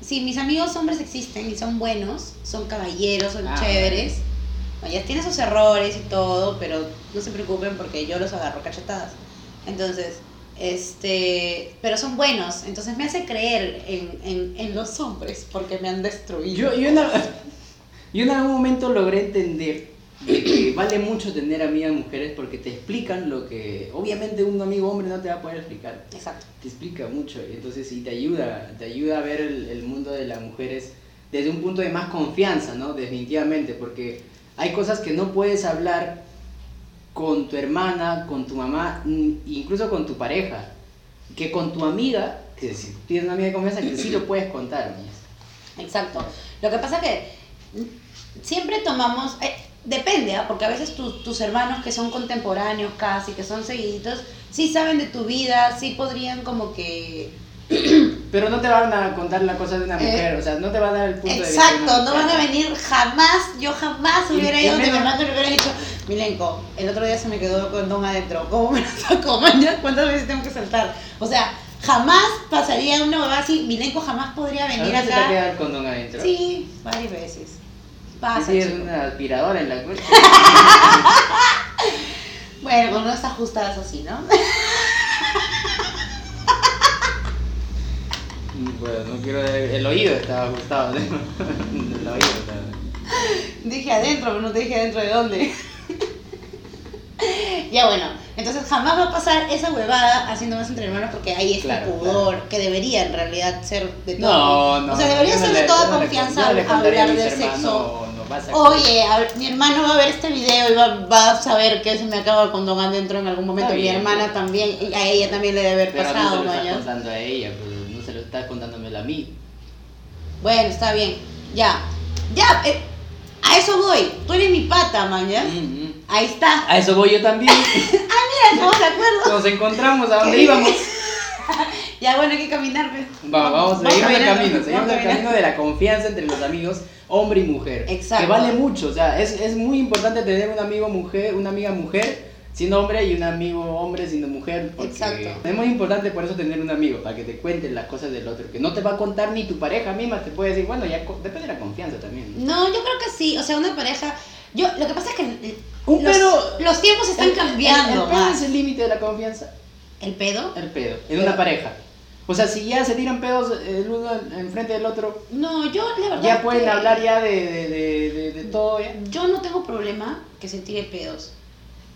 si mis amigos hombres existen y son buenos, son caballeros, son Ah, chéveres, bueno, ya tienen sus errores y todo, pero no se preocupen porque yo los agarro cachetadas. Entonces, este, pero son buenos, entonces me hace creer en, en, en los hombres porque me han destruido. Yo, yo, en, al- yo en algún momento logré entender de que vale mucho tener amigas mujeres porque te explican lo que obviamente un amigo hombre no te va a poder explicar. Exacto. Te explica mucho y entonces sí te ayuda, te ayuda a ver el, el mundo de las mujeres desde un punto de más confianza, ¿no? Definitivamente, porque hay cosas que no puedes hablar con tu hermana, con tu mamá, mm, incluso con tu pareja, que con tu amiga, que si tienes una amiga de confianza, que sí lo puedes contar, niñas. Exacto. Lo que pasa que siempre tomamos, eh, depende, ¿ah? porque a veces tu- tus hermanos que son contemporáneos casi, que son seguiditos, sí saben de tu vida, sí podrían como que Pero no te van a contar la cosa de una Eh, mujer, o sea, no te van a dar el punto de vista. de Exacto, una no van a mujer. venir jamás, yo jamás Y- hubiera y ido donde mi menos- hermano y le hubiera dicho, Milenko, el otro día se me quedó con don adentro, ¿cómo me lo sacó mañana? ¿Cuántas veces tengo que saltar? O sea, jamás pasaría una huevada así, Milenko jamás podría ¿A venir dónde se te acá. queda el condón adentro? Sí, varias veces. Sí, Pasa, sí, es chico. una aspiradora en la cuenta. Bueno, con unas ajustadas así, ¿no? bueno, no quiero. El oído estaba ajustado. ¿no? El oído estaba. Dije adentro, pero no te dije adentro de dónde. ya bueno, entonces jamás va a pasar esa huevada haciendo más entre hermanos porque ahí está Claro, el pudor, que debería en realidad ser de todo. No, no. o sea, debería yo no ser de le- toda yo no le- confianza yo no le contaría a hablar mis de hermanos, sexo. No, no vas a. Oye, a ver, mi hermano va a ver este video y va, va a saber que se me acaba con Don adentro en algún momento. Está Mi bien. hermana también, y a ella también le debe haber Pero no se pasado, lo estás mañas. contando a ella, pues no se lo estás contándomelo a mí. Bueno, está bien, ya. Ya, eh, a eso voy. Tú eres mi pata, mañas. Mm, mm. Ahí está. A eso voy yo también. Estamos de acuerdo. Nos encontramos a donde ¿Qué? íbamos. Ya, bueno, hay que caminar. pues. Va, vamos, seguimos el caminando, camino, seguimos vamos el caminando. camino de la confianza entre los amigos, hombre y mujer. Exacto. Que vale mucho, o sea, es, es muy importante tener un amigo mujer, una amiga mujer siendo hombre y un amigo hombre siendo mujer. Porque Exacto. Es muy importante por eso tener un amigo, para que te cuenten las cosas del otro, que no te va a contar ni tu pareja misma, te puede decir, bueno, ya co- depende de la confianza también. No, yo creo que sí. O sea, una pareja. Yo, lo que pasa es que. eh, Un los, pedo- los tiempos están El- el- cambiando. el pedo más. es el límite de la confianza. ¿El pedo? El pedo, en una pareja. O sea, si ya se tiran pedos el uno enfrente del otro, No, yo, la verdad. ya pueden que hablar ya de, de, de, de- Mm. de todo. ¿eh? Ya. Yo no tengo problema que se tire pedos.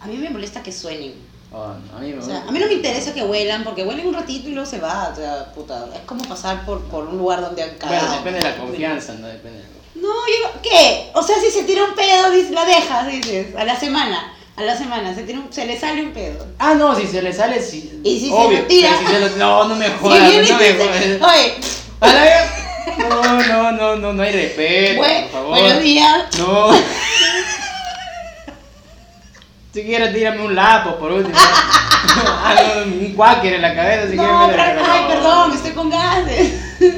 A mí me molesta que suenen. Ah, a mí me O sea, a mí no me interesa que huelan, porque huelen un ratito y luego se va. O sea, puta. Es como pasar por, por un lugar donde han cagado. Bueno, depende de la confianza, no depende de la confianza. No, yo, ¿qué? O sea, si se tira un pedo, dices, la dejas, dices, a la semana, a la semana, se, tira un- se le sale un pedo. Ah, no, si se le sale, sí. Y si se obvio, lo tira. pero si se lo- no, no me Si jodas, viene y no te me dice, jodas. oye, A la vez- No, no, no, no, no hay respeto, bue- por favor. buenos días, No. Si quieres, tírame un lapo por último. Ah, no, un cuáquer en la cabeza, si quieres. no, me pero- la- ay, perdón, estoy con gases.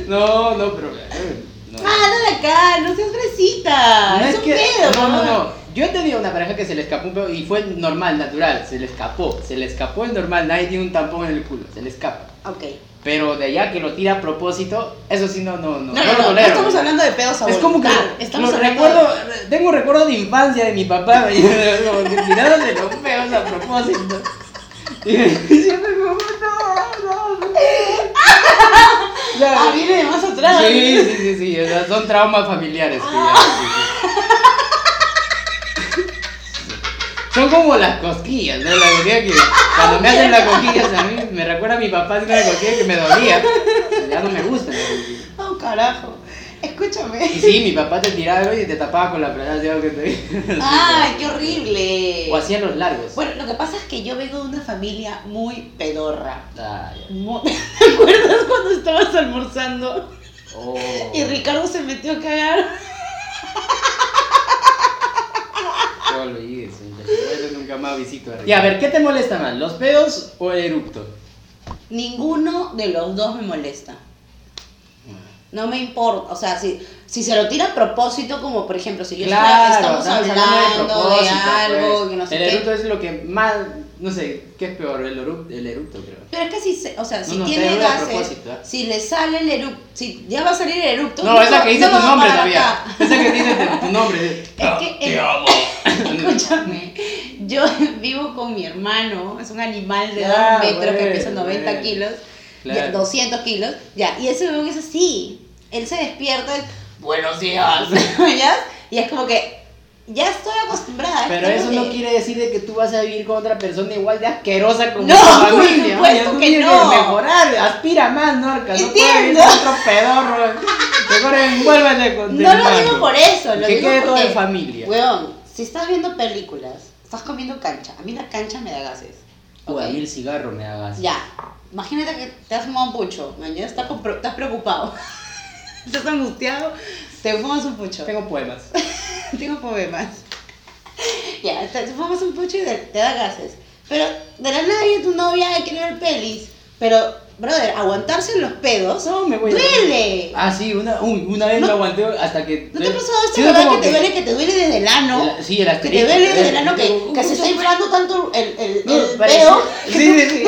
No, no, pero. eh, No. Ah, de acá, no seas fresita, No Ah, es, un pedo. No, no, por no. favor. Yo he tenido una pareja que se le escapó un pedo y fue normal, natural. Se le escapó. Se le escapó el normal. Nadie tiene un tampón en el culo. Se le escapa. Ok. Pero de allá que lo tira a propósito, eso sí, no, no, No, no, no. no, lo no, tolero. estamos hablando de pedos a Es como que voluntad, lo estamos hablando recuerdo, tengo un recuerdo de infancia de mi papá, como que tirándose los peos a propósito. Y siempre como, no, no, no. O de- sea, Ah, viene de más atrás. Sí, sí, sí, sí, o sea, son traumas familiares. que Ah. ya- sí, sí. Son como las cosquillas, ¿no? La cosquilla que cuando me hacen las cosquillas a mí me recuerda a mi papá haciendo una cosquilla que me dolía. Ya no me gusta. Ah, Oh, carajo, escúchame. Y sí, mi papá te tiraba algo y te tapaba con la playa de algo que te Ay, qué horrible. O hacían los largos. Bueno, lo que pasa es que yo vengo de una familia muy pedorra. Ah, ya. Mu- ¿Te acuerdas cuando estabas almorzando Oh. y Ricardo se metió a cagar? Yo lo hice, por eso nunca más visito a Y a ver, ¿qué te molesta más? ¿Los pedos o el eructo? Ninguno de los dos me molesta. No me importa, o sea, si, si se lo tira a propósito, como por ejemplo, si yo Claro, estaba- estamos estamos hablando de hablando de, propósito, algo, pues. que no sé El eructo qué. es lo que más, no sé, ¿qué es peor? El, eructo, el eructo, creo. Pero es que si, se- o sea, si No, no, tiene pero a gases, propósito, ¿ah? si le sale el eructo, si ya va a salir el eructo. No, esa que dice no tu va nombre para todavía. acá. Esa que dice tu- tu nombre. Es que Ah, Te el- amo. Escúchame, yo vivo con mi hermano, es un animal de 2 Ya, metros que bueno, pesa 90 bueno. kilos, ya, Claro. 200 kilos, ya, y ese bebé es así, él se despierta, es, buenos días, ¿ya? y es como que, ya estoy acostumbrada. Pero es eso como no que- quiere decir de que tú vas a vivir con otra persona igual de asquerosa como No, tu por familia. supuesto Oye, tú que tienes no. mejorar, aspira más, Norca. No puedes vivir Entiendo. con otro pedorro. Mejor envuélvete con tu No lo hermano. digo por eso, lo que digo quede todo porque- en familia. Weón, si estás viendo películas, estás comiendo cancha, a mí la cancha me da gases. Uy, a ¿ok? mí el cigarro me hagas. Ya, imagínate que te has fumado un pucho, mañana estás, con pro- estás preocupado, estás angustiado, te fumas un pucho, Tengo poemas. tengo problemas. Ya, te te fumas un pucho y de- te da gases, pero de la nada viene tu novia y quiere ver pelis, pero brother, aguantarse los pedos No, me voy a- duele. Ah, sí, una, uy, una vez No- me aguanté hasta que. ¿No te ha pasado esto Sí, verdad como que te duele, que te duele desde el ano? el- Sí, el Que te asterisco. duele desde el- el ano que, Uy, que se está inflando tanto el, el, no, el parece- pedo Sí, sí, sí.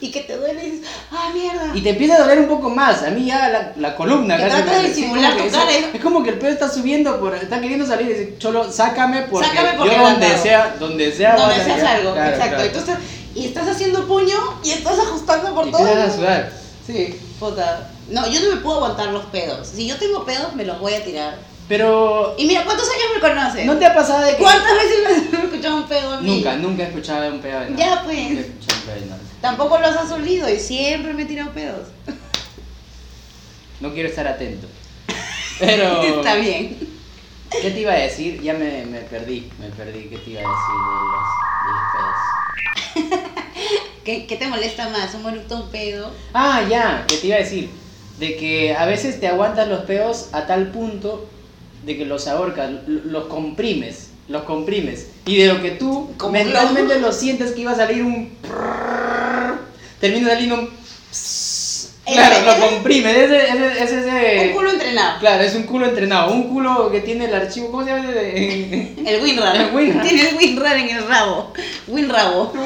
y que te duele y dices, ah, mierda. Y te empieza a doler un poco más. A mí ya la, la columna. Que casi tratas me- de sí, disimular como que tu eso- cara, ¿eh? Es como que el pedo está subiendo, por, está queriendo salir y dice, cholo, sácame porque, Sácame porque he yo donde andado". sea, donde sea. donde vas a seas llegar. algo, Claro, exacto. claro. Y, tú estás, y estás haciendo puño y estás ajustando Y por todo. empiezas a sudar. Sí. Puta. No, yo no me puedo aguantar los pedos. Si yo tengo pedos, me los voy a tirar. Pero. Y mira, ¿cuántos años me conoces? ¿No te ha pasado de que.? ¿Cuántas veces me has escuchado un pedo a mí? Nunca, nunca he escuchado un pedo de nada. Ya, pues. Nunca he escuchado un pedo de nada. Tampoco los has olido y siempre me he tirado pedos. No quiero estar atento. Pero. Está bien. ¿Qué te iba a decir? Ya me, me perdí, me perdí. ¿Qué te iba a decir ¿Qué, qué te molesta más? ¿Un moruto, un pedo? de los, de los pedos? Ah, ya, que te iba a decir. De que a veces te aguantas los pedos a tal punto de que los ahorcas, l- los comprimes, los comprimes. Y de lo que tú Como mentalmente lo sientes que iba a salir un... prrrr, termina saliendo un... Claro, Ese- lo comprimes. Ese, ese, ese, ese- Un culo entrenado. Claro, es un culo entrenado. Un culo que tiene el archivo... ¿Cómo se llama? ese? El WinRAR. El Winrar. Tiene el WinRAR en el rabo. WinRabo.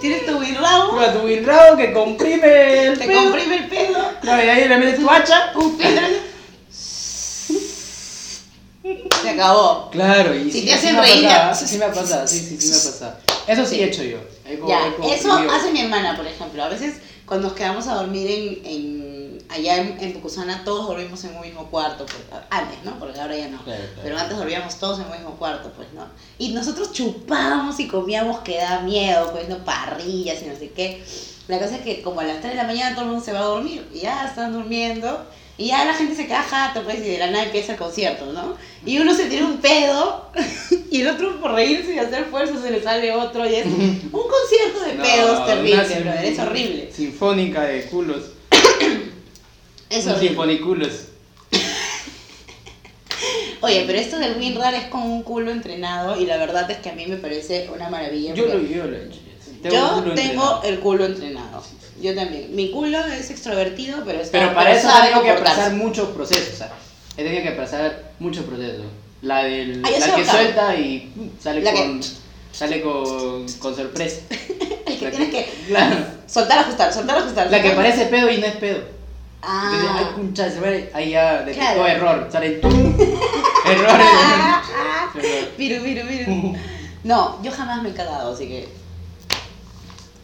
Tienes tu WinRabo, Bueno, tu winrado que comprime el te pedo. comprime el pedo. No, y ahí le metes tu hacha. Un pedro. Se acabó. Claro, y Si sí, te hacen sí me ha reír, pasado, ya- Sí, me ha pasado, sí, sí, sí me ha pasado. Eso sí, Sí. he hecho yo. He co- Ya, he co- eso yo- hace mi hermana, por ejemplo. A veces cuando nos quedamos a dormir en, en- allá en, en Pucusana, todos dormimos en un mismo cuarto. por- antes, ¿no? Porque ahora ya no. Claro, claro. Pero antes dormíamos todos en un mismo cuarto, pues, ¿no? Y nosotros chupábamos y comíamos que da miedo, comiendo parrillas y no sé qué. La cosa es que como a las 3 de la mañana todo el mundo se va a dormir. Y ya están durmiendo. Y ya la gente se queda jato, pues, y de la nada empieza el concierto, ¿no? Y uno se tira un pedo y el otro por reírse y hacer fuerza se le sale otro. Y es un concierto de No, pedos una terrible, sin- brother. Es horrible. Sinfónica de culos. Es Un horrible. sinfoniculos. Oye, pero esto del WinRAR es con un culo entrenado y la verdad es que a mí me parece una maravilla. Yo porque- lo, yo lo he hecho. Yo un tengo culo entrenado. el culo entrenado. Yo también. Mi culo es extrovertido, pero está- Pero para eso sabe tengo que comportarse. pasar muchos procesos. o sea, He tenido que pasar muchos procesos. La del Ah, yo la soy que Octavio. suelta y mm, sale La que- con sale con, con sorpresa. El que La tienes que claro, soltar, ajustar, soltar, ajustar. la que soltar. parece pedo y no es pedo. Entonces, ay, Ah. concha, se me- ahí ya detectó Claro. error, sale tum, error. Ah, ah. error. Viru, viru, viru. No, yo jamás me he cagado, así que.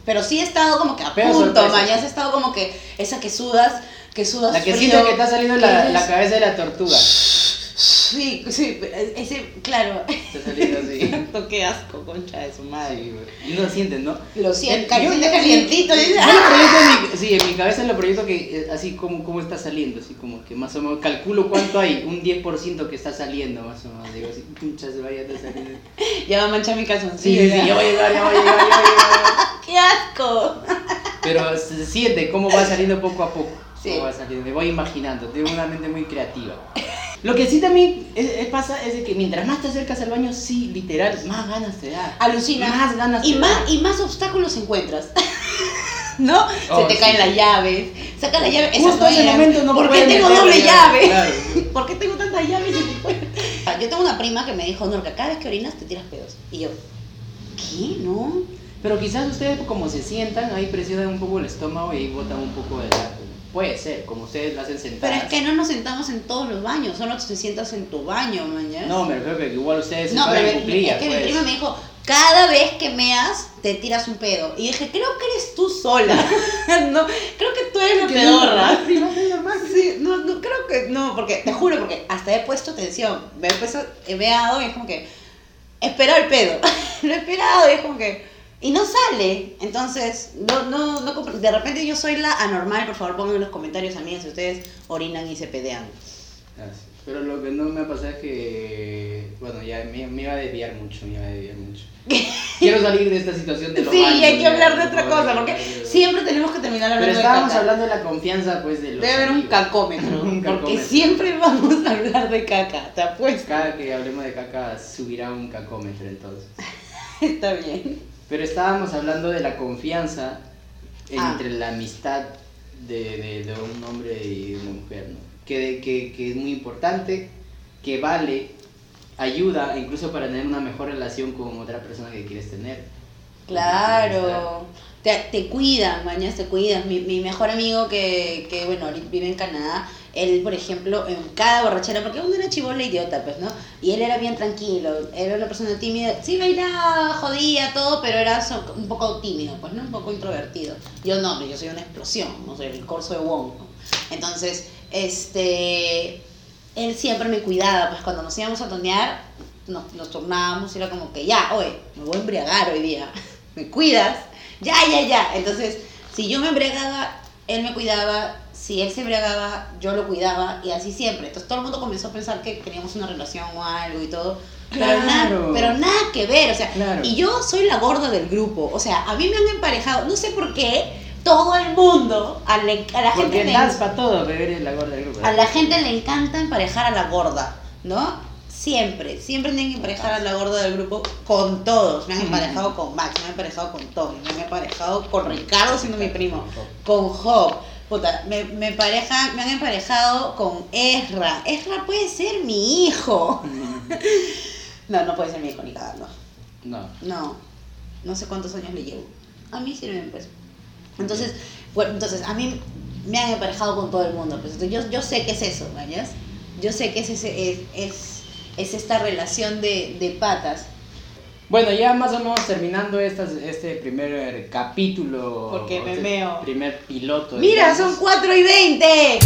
Pero sí he estado como que a Pero punto, sorpresa. mañana he estado como que esa que sudas, que sudas. La que frío, siente que está saliendo que la, es- la cabeza de la tortuga. Está Sí, sí, ese, claro. saliendo así. Qué asco, concha de su madre. Ay, güey. Y no lo sientes, ¿no? Lo siento, Yo- Eh, yo- caliente, calientito. yo dice, lo ah. proyecto en mi- sí, en mi cabeza lo proyecto que eh, así como, como está saliendo, así como que más o menos calculo cuánto hay, un 10% que está saliendo más o menos. Digo, así, pincha, se vaya a saliendo. Ya va a manchar mi Sí, calzoncillo. sí, ya. ¡Ah, sí, ya va a llegar, ya va a llegar, ya va a llegar. ¡Qué asco! Pero se siente cómo va saliendo poco a poco. Sí. Cómo va saliendo. Me voy imaginando, tengo una mente muy creativa. Lo que sí también es- es- pasa es de que mientras más te acercas al baño, sí, literal, más ganas te da. Alucina. Más ganas Ah, Y te da. más, y más obstáculos encuentras. ¿No? Oh, Se te sí. caen las llaves. Saca la llave. Esas Justo no ese eran. momento no ¿Por qué puedes tengo meter la doble llave? llave? Claro. ¿Por qué tengo tantas llaves en mi cuerpo? Ah, Yo tengo una prima que me dijo, Norca, cada vez que orinas te tiras pedos. Y yo, ¿qué? ¿No? Pero quizás ustedes como se sientan, ahí presionan un poco el estómago y ahí botan un poco de la... Puede ser, como ustedes lo hacen Pero sentadas. es que no nos sentamos en todos los baños, solo te sientas en tu baño, mañana. No, me refiero que igual ustedes No, se pero paran me- en cuclillas, es que mi pues. prima me dijo, cada vez que meas, te tiras un pedo. Y dije, creo que eres tú sola. no, creo que tú eres la Que no, pedorra. no, prima, es normal. Sí, no, no, creo que no, porque te juro, porque hasta he puesto tensión. Me he puesto, he meado y es como que, esperado el pedo. Lo he esperado y es como que, y no sale. Entonces, no, no, no, compre- de repente yo soy la anormal, por favor pongan en los comentarios, amigas, si ustedes orinan y se pedean. Ah, sí. Pero lo que no me ha pasado es que... Bueno, ya me, me iba a desviar mucho, me iba a desviar mucho. Quiero salir de esta situación de los Sí, baños, y hay que ya, hablar de por otra favor, cosa, ya, porque ya, ya. siempre tenemos que terminar hablando Pero de estábamos caca. hablando de la confianza, pues, de los Debe haber un amigos. cacómetro, Un porque cacómetro. siempre vamos a hablar de caca, te apuesto. Cada que hablemos de caca subirá un cacómetro, entonces. Está bien. Pero estábamos hablando de la confianza Ah. entre la amistad de, de- de un hombre y una mujer, ¿no? Que, de- que, que es muy importante, que vale, ayuda incluso para tener una mejor relación con otra persona que quieres tener. Claro. Te, te cuidan, mañas, te cuidan. Mi, mi mejor amigo que, que, bueno, ahorita vive en Canadá, él, por ejemplo, en cada borrachera, porque uno era chivola idiota, pues, ¿no? Y él era bien tranquilo, era una persona tímida. Sí, bailaba, jodía, todo, pero era so- un poco tímido, pues, ¿no? Un poco introvertido. Yo no, yo soy una explosión, no soy el corso de Wong. ¿no? Entonces, este, él siempre me cuidaba, pues cuando nos íbamos a tonear, nos, nos turnábamos y era como que ya, oye, me voy a embriagar hoy día, me cuidas, ya, ya, ya. Entonces, si yo me embriagaba, él me cuidaba, si él se embriagaba, yo lo cuidaba y así siempre. Entonces todo el mundo comenzó a pensar que teníamos una relación o algo y todo. Pero, nada, Claro. pero nada que ver, o sea, Claro. y yo soy la gorda del grupo, o sea, a mí me han emparejado, no sé por qué, todo el mundo, a, la- a la gente Porque me das para todo, beber es la gorda del grupo. a la gente le encanta emparejar a la gorda, ¿no? Siempre, siempre tienen que emparejar a la gorda del grupo con todos. Me han emparejado con Max, me han emparejado con Tony, me han emparejado con Ricardo siendo mi primo, con Job. Puta, me, me, pareja- me han emparejado con Ezra. Ezra puede ser mi hijo. No, no puede ser mi hijo ni cagando. No. No, no sé cuántos años le llevo. A mí sirven, pues. Entonces, bueno, entonces a mí me han emparejado con todo el mundo. Pues, entonces, yo, yo sé qué es eso, ¿vayas? Yo sé que es, ese, es, es, es esta relación de, de patas. Bueno, ya más o menos terminando estas, este primer capítulo. Porque o me este meo. Primer piloto. Mira, digamos. son 4 y 20.